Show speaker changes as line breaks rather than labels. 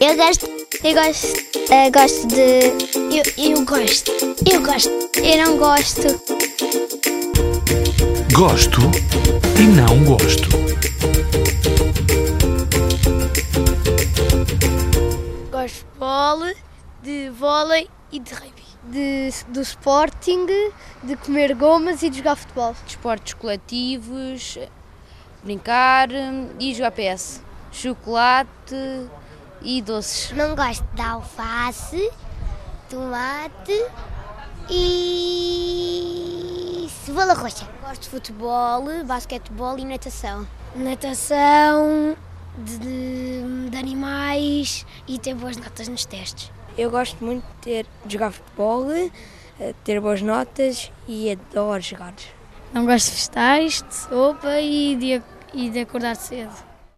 Eu gosto. Eu gosto. Eu gosto de. Eu, eu gosto. Eu gosto. Eu não gosto.
Gosto e não gosto.
Gosto de futebol, de vôlei e de rugby. do Sporting, de comer gomas e de jogar futebol.
Desportos coletivos, brincar e jogar PS. Chocolate e doces.
Não gosto de alface, tomate e. cebola roxa. Gosto de futebol, basquetebol e natação. Natação de, de- de animais e ter boas notas nos testes.
Eu gosto muito de, ter, de jogar futebol, eh, ter boas notas e adoro jogar.
Não gosto de vegetais, de sopa e de, e de acordar cedo.